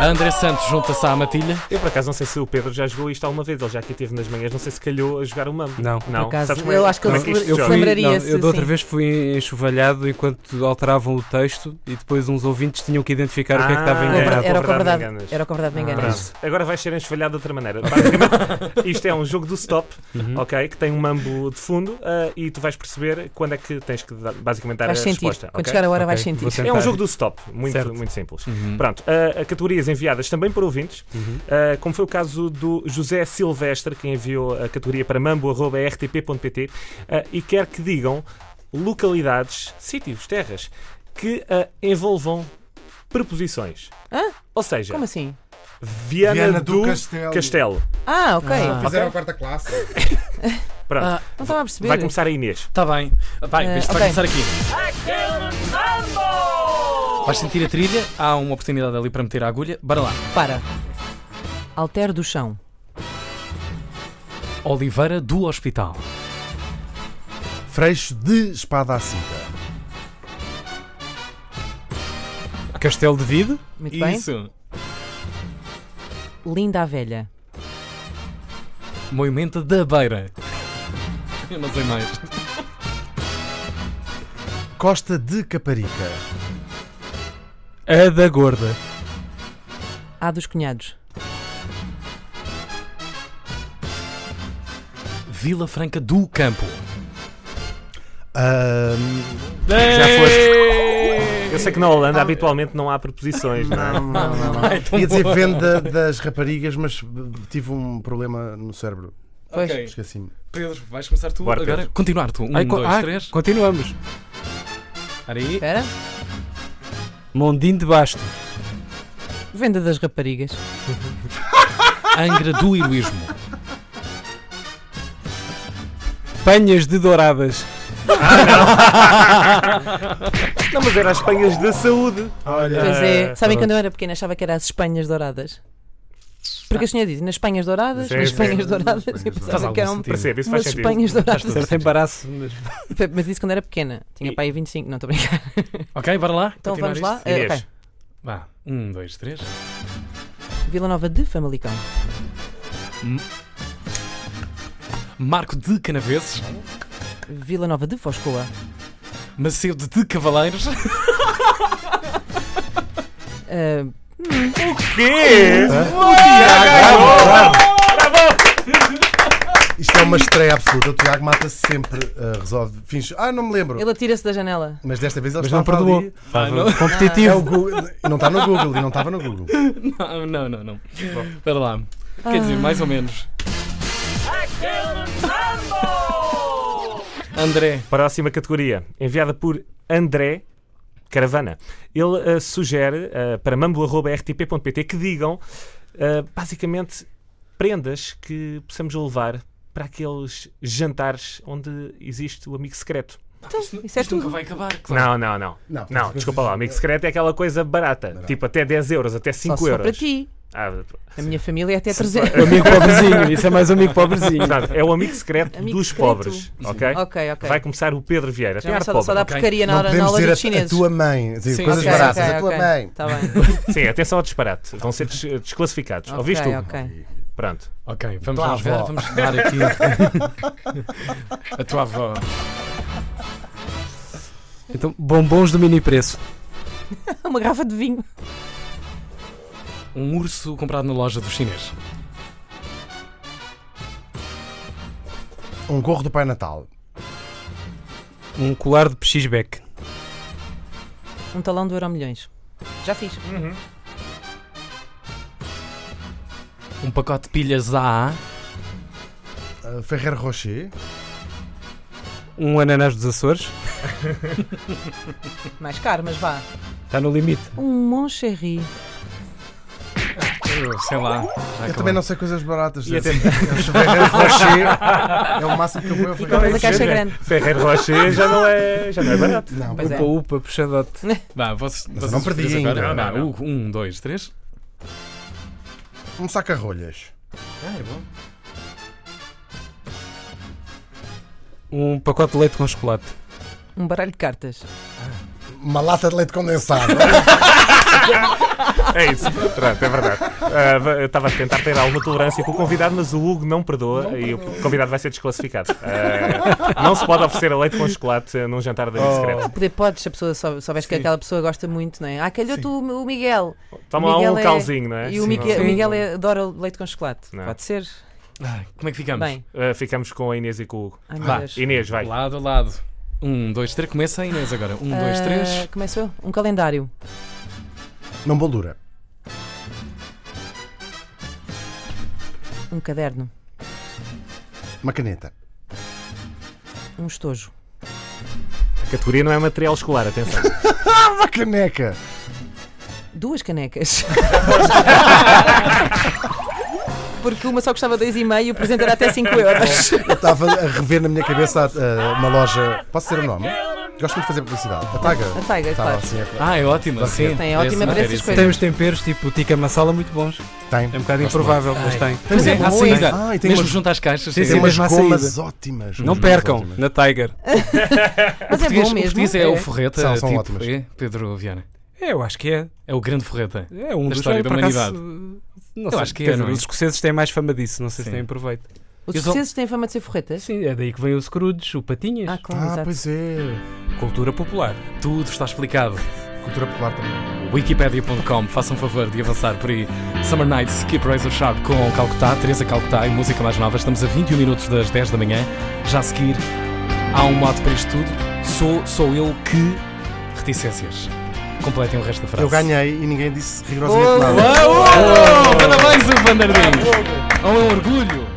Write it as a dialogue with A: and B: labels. A: André Santos junta-se à matilha.
B: Eu por acaso não sei se o Pedro já jogou isto alguma vez, ele já aqui teve nas manhãs, não sei se calhou a jogar o Mambo.
C: Não.
B: não.
D: acaso,
B: Sabes como
D: eu acho que
B: como
D: ele
B: é isto
D: se-
B: se
D: eu
B: joga?
D: fui- Lembraria-se,
C: eu da outra
D: sim.
C: vez fui enxovalhado enquanto alteravam o texto e depois uns ouvintes tinham que identificar o que é que estava
B: Ah,
C: em
B: Era-
D: era o
C: errado.
D: que a
B: verdade
D: verdade
B: me enganas.
D: era o que a verdade me
C: Ah.
D: enganas.
B: Pronto. Agora vais ser enxovalhado de outra maneira. Basicamente, isto é um jogo do stop,
C: Uhum.
B: ok? Que tem um mambo de fundo ah, e tu vais perceber quando é que tens que dar- basicamente dar
D: Vais
B: a
D: sentir.
B: resposta.
D: Quando
B: ok?
D: chegar a hora, vais
C: Ok,
D: sentir.
C: vou
B: É um
C: tentar.
B: jogo do stop, muito,
C: Certo.
B: muito simples.
C: Uhum.
B: Pronto, ah, ah, categorias enviadas também por ouvintes,
C: Uhum.
B: ah, como foi o caso do José Silvestre, que enviou a categoria para mambo.rtp.pt ah, e quer que digam localidades, sítios, terras que ah, envolvam preposições.
D: Hã?
B: Ou seja,
D: Como assim?
B: Viana, do,
E: Castelo.
B: Castelo.
D: Ah, ok.
A: Ah.
B: Ok.
E: Fizeram a quarta classe.
B: Pronto.
A: Ah,
D: Não estava a perceber.
B: Vai começar a Inês.
A: Tá bem. Vai,
D: Eh,
A: isto
D: ok.
A: vai começar aqui. Vais sentir a trilha, há uma oportunidade ali para meter a agulha. Bora lá.
D: Para. Altero do chão.
A: Oliveira do Hospital.
E: Freixo de espada à cinta.
C: Castelo de Vide,
D: Muito bem.
A: Isso.
D: Linda a velha.
A: Moimenta da Beira. Eu não sei mais.
E: Costa de Caparica.
C: a da Gorda,
D: A dos cunhados.
A: Vila Franca do Campo.
E: Ahm,
A: Já
B: Eu sei que na Holanda habitualmente não há preposições, não é?
E: não, não, não, não. Ia dizer venda das raparigas, mas tive um problema no cérebro.
D: Pois.
A: Ok.
E: Esqueci-me.
A: Pedro, vais começar tu
B: Bora,
A: agora.
B: Pedro.
A: Continuar tu. Um,
C: Ai, co-
A: dois,
C: ah,
A: três.
C: Continuamos.
A: Aí.
D: Espera.
C: Mondim de Basto,
D: Venda das raparigas.
A: Angra do Heroísmo.
C: Panhas de Douradas,
B: Não, mas era as espanhas da saúde.
E: Olha.
D: Pois é.
B: Ah,
D: Sabem
B: pronto.
D: quando eu era pequena achava que era as Espanhas Douradas? Porque a senhora diz nas Espanhas Douradas,
B: Sim,
D: nas
B: sim.
D: Espanhas Douradas,
E: Espanhas
D: e eu pensava
C: Douradas.
D: que eram
B: Percebo, isso faz
D: umas
B: sentido.
D: Espanhas Douradas.
C: certo um embaraço, mas
D: Mas isso quando era pequena. Tinha
B: E-
D: para aí 25, não estou a brincar.
A: Ok, bora lá.
D: Então
A: continuar
D: vamos lá.
A: isto.
D: Eh,
B: Inês.
D: ok.
A: Vá. Um, dois, três.
D: Vila Nova de Famalicão.
A: Marco de Canaveses.
D: Vila Nova de Foscoa.
A: Macedo de Cavaleiros.
D: Ah,
B: Quê? Tá,
E: Isto é uma estreia absoluta. O Tiago mata se sempre. ah, resolve. Finge. Ah, não me lembro.
D: ele atira-se da janela.
E: Mas desta vez ele
C: mas
E: estava
C: não perdoou.
E: ali.
A: Ah, não.
E: É o
C: Competitivo.
E: Google. Não está no Google e não estava no Google.
A: Não, não, não. não. Bora lá. Quer dizer, mais ou menos. André,
B: Próxima categoria, enviada por André Caravana. Ele ah, sugere ah, para mambo.rtp.pt que digam, ah, basicamente, prendas que possamos levar para aqueles jantares onde existe o amigo secreto.
D: Então, isso é
A: isto nunca
D: tudo.
A: vai acabar.
B: Não,
A: claro.
B: não, não.
E: Não,
B: Não, desculpa lá, o amigo secreto é aquela coisa barata, tipo até 10 euros, até
D: Só
B: 5
D: se for
B: euros.
D: para ti.
B: Ah,
D: A minha família é até 300.
C: O amigo pobrezinho, isso é mais um amigo pobrezinho.
B: portanto, é o amigo secreto
D: Amigo
B: dos
D: secreto.
B: pobres, ok?
D: Ok, ok.
B: Vai começar o Pedro Vieira.
D: Já
B: Tem
D: não
B: ar
D: é só, só dá
B: pobre.
D: porcaria na
E: não
D: hora, na
E: podemos
D: aula dos
E: dizer a, a
D: chineses.
E: tua mãe. Dizer,
A: Sim,
E: coisas
A: ok,
E: baratas.
D: ok,
E: a tua
D: ok.
E: mãe.
D: Tá bem.
B: Sim, é, atenção ao disparate. Vão ser des- desclassificados. Ouviste
D: Ok,
B: tu?
D: ok.
B: Pronto.
A: Ok, vamos
E: Tua
A: lá
E: avó.
A: ver. Vamos dar aqui. a tua avó.
C: Então, bombons do mini preço.
D: Uma garrafa de vinho.
A: Um urso comprado na loja dos chineses.
E: Um gorro do Pai Natal.
C: Um colar de pechisbeck.
D: Um talão do Euro Milhões. Já fiz.
A: Um pacote de pilhas AA.
E: ah, Ferreiro Rocher.
C: Um ananás dos Açores.
D: Mais caro, mas vá.
C: Está no limite.
D: Um Moncherry.
A: Eu Sei lá.
E: Eu também não sei coisas baratas. né?
B: E
E: Ferreiro
B: até-
E: Rocher. É o máximo que eu vou
D: Compras a caixa é grande.
B: Ferreiro Rocher já não é, já não é barato.
E: Não,
D: Pois é.
C: Upa, upa, puxadote.
A: Vá, vocês,
E: eu
A: vocês
E: não perdi
A: três agora.
E: ainda.
A: Vá,
B: Não,
A: uh, Um, dois, três.
E: um saca-rolhas.
A: Ah, é bom.
C: Um pacote de leite com chocolate.
D: Um baralho de cartas.
E: Uma lata de leite condensado.
B: É isso, pronto, é verdade. Ah, va- eu estava a tentar ter alguma tolerância com o convidado, mas o Hugo não perdoa e o convidado vai ser desclassificado. Ah, não se pode oferecer a leite com chocolate eh, num jantar de amigo
E: Oh.
B: secreto.
D: Poder podes, se a pessoa sou- soubesse que aquela pessoa gosta muito, não é? Ah, calhou-te o o Miguel.
B: Toma lá
D: Miguel
B: um
D: é-
B: calzinho, não é?
D: E o
B: Sim.
D: Miguel, o
C: Sim.
D: Miguel é- adora leite com chocolate.
B: Não.
D: Pode ser?
A: Ai, como é que ficamos?
D: Bem.
B: Ah, ficamos com a Inês e com o Hugo.
D: Ai, meu
A: Vá.
D: Deus.
B: Inês, vai.
A: Lado a lado. Um, dois, três. Começa a Inês agora. Um, dois,
D: Ah,
A: três.
D: Começou? Um calendário.
E: não boldura.
D: Um caderno.
E: Uma caneta.
D: Um estojo.
B: A categoria não é material escolar, atenção.
E: Uma caneca.
D: Duas canecas. Porque uma só custava 2,5 e o presente era até 5 euros.
E: Eu estava a rever na minha cabeça ah, uma loja. Posso dizer o nome? Gosto muito de fazer publicidade. A Taga.
D: A Tiger,
E: Estava
D: claro.
E: assim a-
A: Ah, é ótima, sim.
D: Tem ótima para essas coisas.
C: Tem uns temperos tipo tica massala muito bons. É
E: Tem.
C: um bocado
E: Gosto
C: improvável, mas tem.
A: Mas é,
E: muito.
A: à saída.
E: Ah, e tem
A: Mesmo
E: umas-
A: junto às caixas.
C: Sim,
E: Tem umas
C: mesmo à saída.
E: gomas ótimas.
C: Não
E: umas gomas
C: percam
E: ótimas.
C: na Tiger.
D: Mas é
A: Português-
D: bom
A: o
D: mesmo.
A: português é, o forreta,
E: São- são
A: tipo,
E: ótimas.
A: é, Pedro Viana.
C: É, eu acho que é.
A: É o grande forreta.
C: É um
A: Da
C: dos
A: história
C: é,
A: da
C: por acaso,
A: humanidade.
C: Não
A: Eu
C: sei,
A: acho que é,
C: quer dizer,
A: não é?
C: Os escoceses têm mais fama disso, não sei
A: Sim.
C: se têm proveito.
D: Os
C: Eu sou-
D: escoceses têm fama de ser forretas?
C: Sim, é daí que vem o Scrooge, o Patinhas.
D: Ah, claro,
E: Ah,
D: exato.
E: pois é.
C: Cultura popular.
A: Tudo está explicado.
E: Cultura popular também.
A: Wikipedia.com, façam um favor de avançar por aí. Summer Nights, Keep Razor Sharp com Calcutá, Teresa Calcutá e música mais nova. Estamos a 21 minutos das 10 da manhã. Já a seguir, há um modo para isto tudo. Sou, sou eu que. Reticências. Completem o resto da frase.
E: Eu ganhei e
D: Oh,
E: ninguém disse rigorosamente nada.
A: Uau, uau, uau! Parabéns, o Vandardinho! É um orgulho!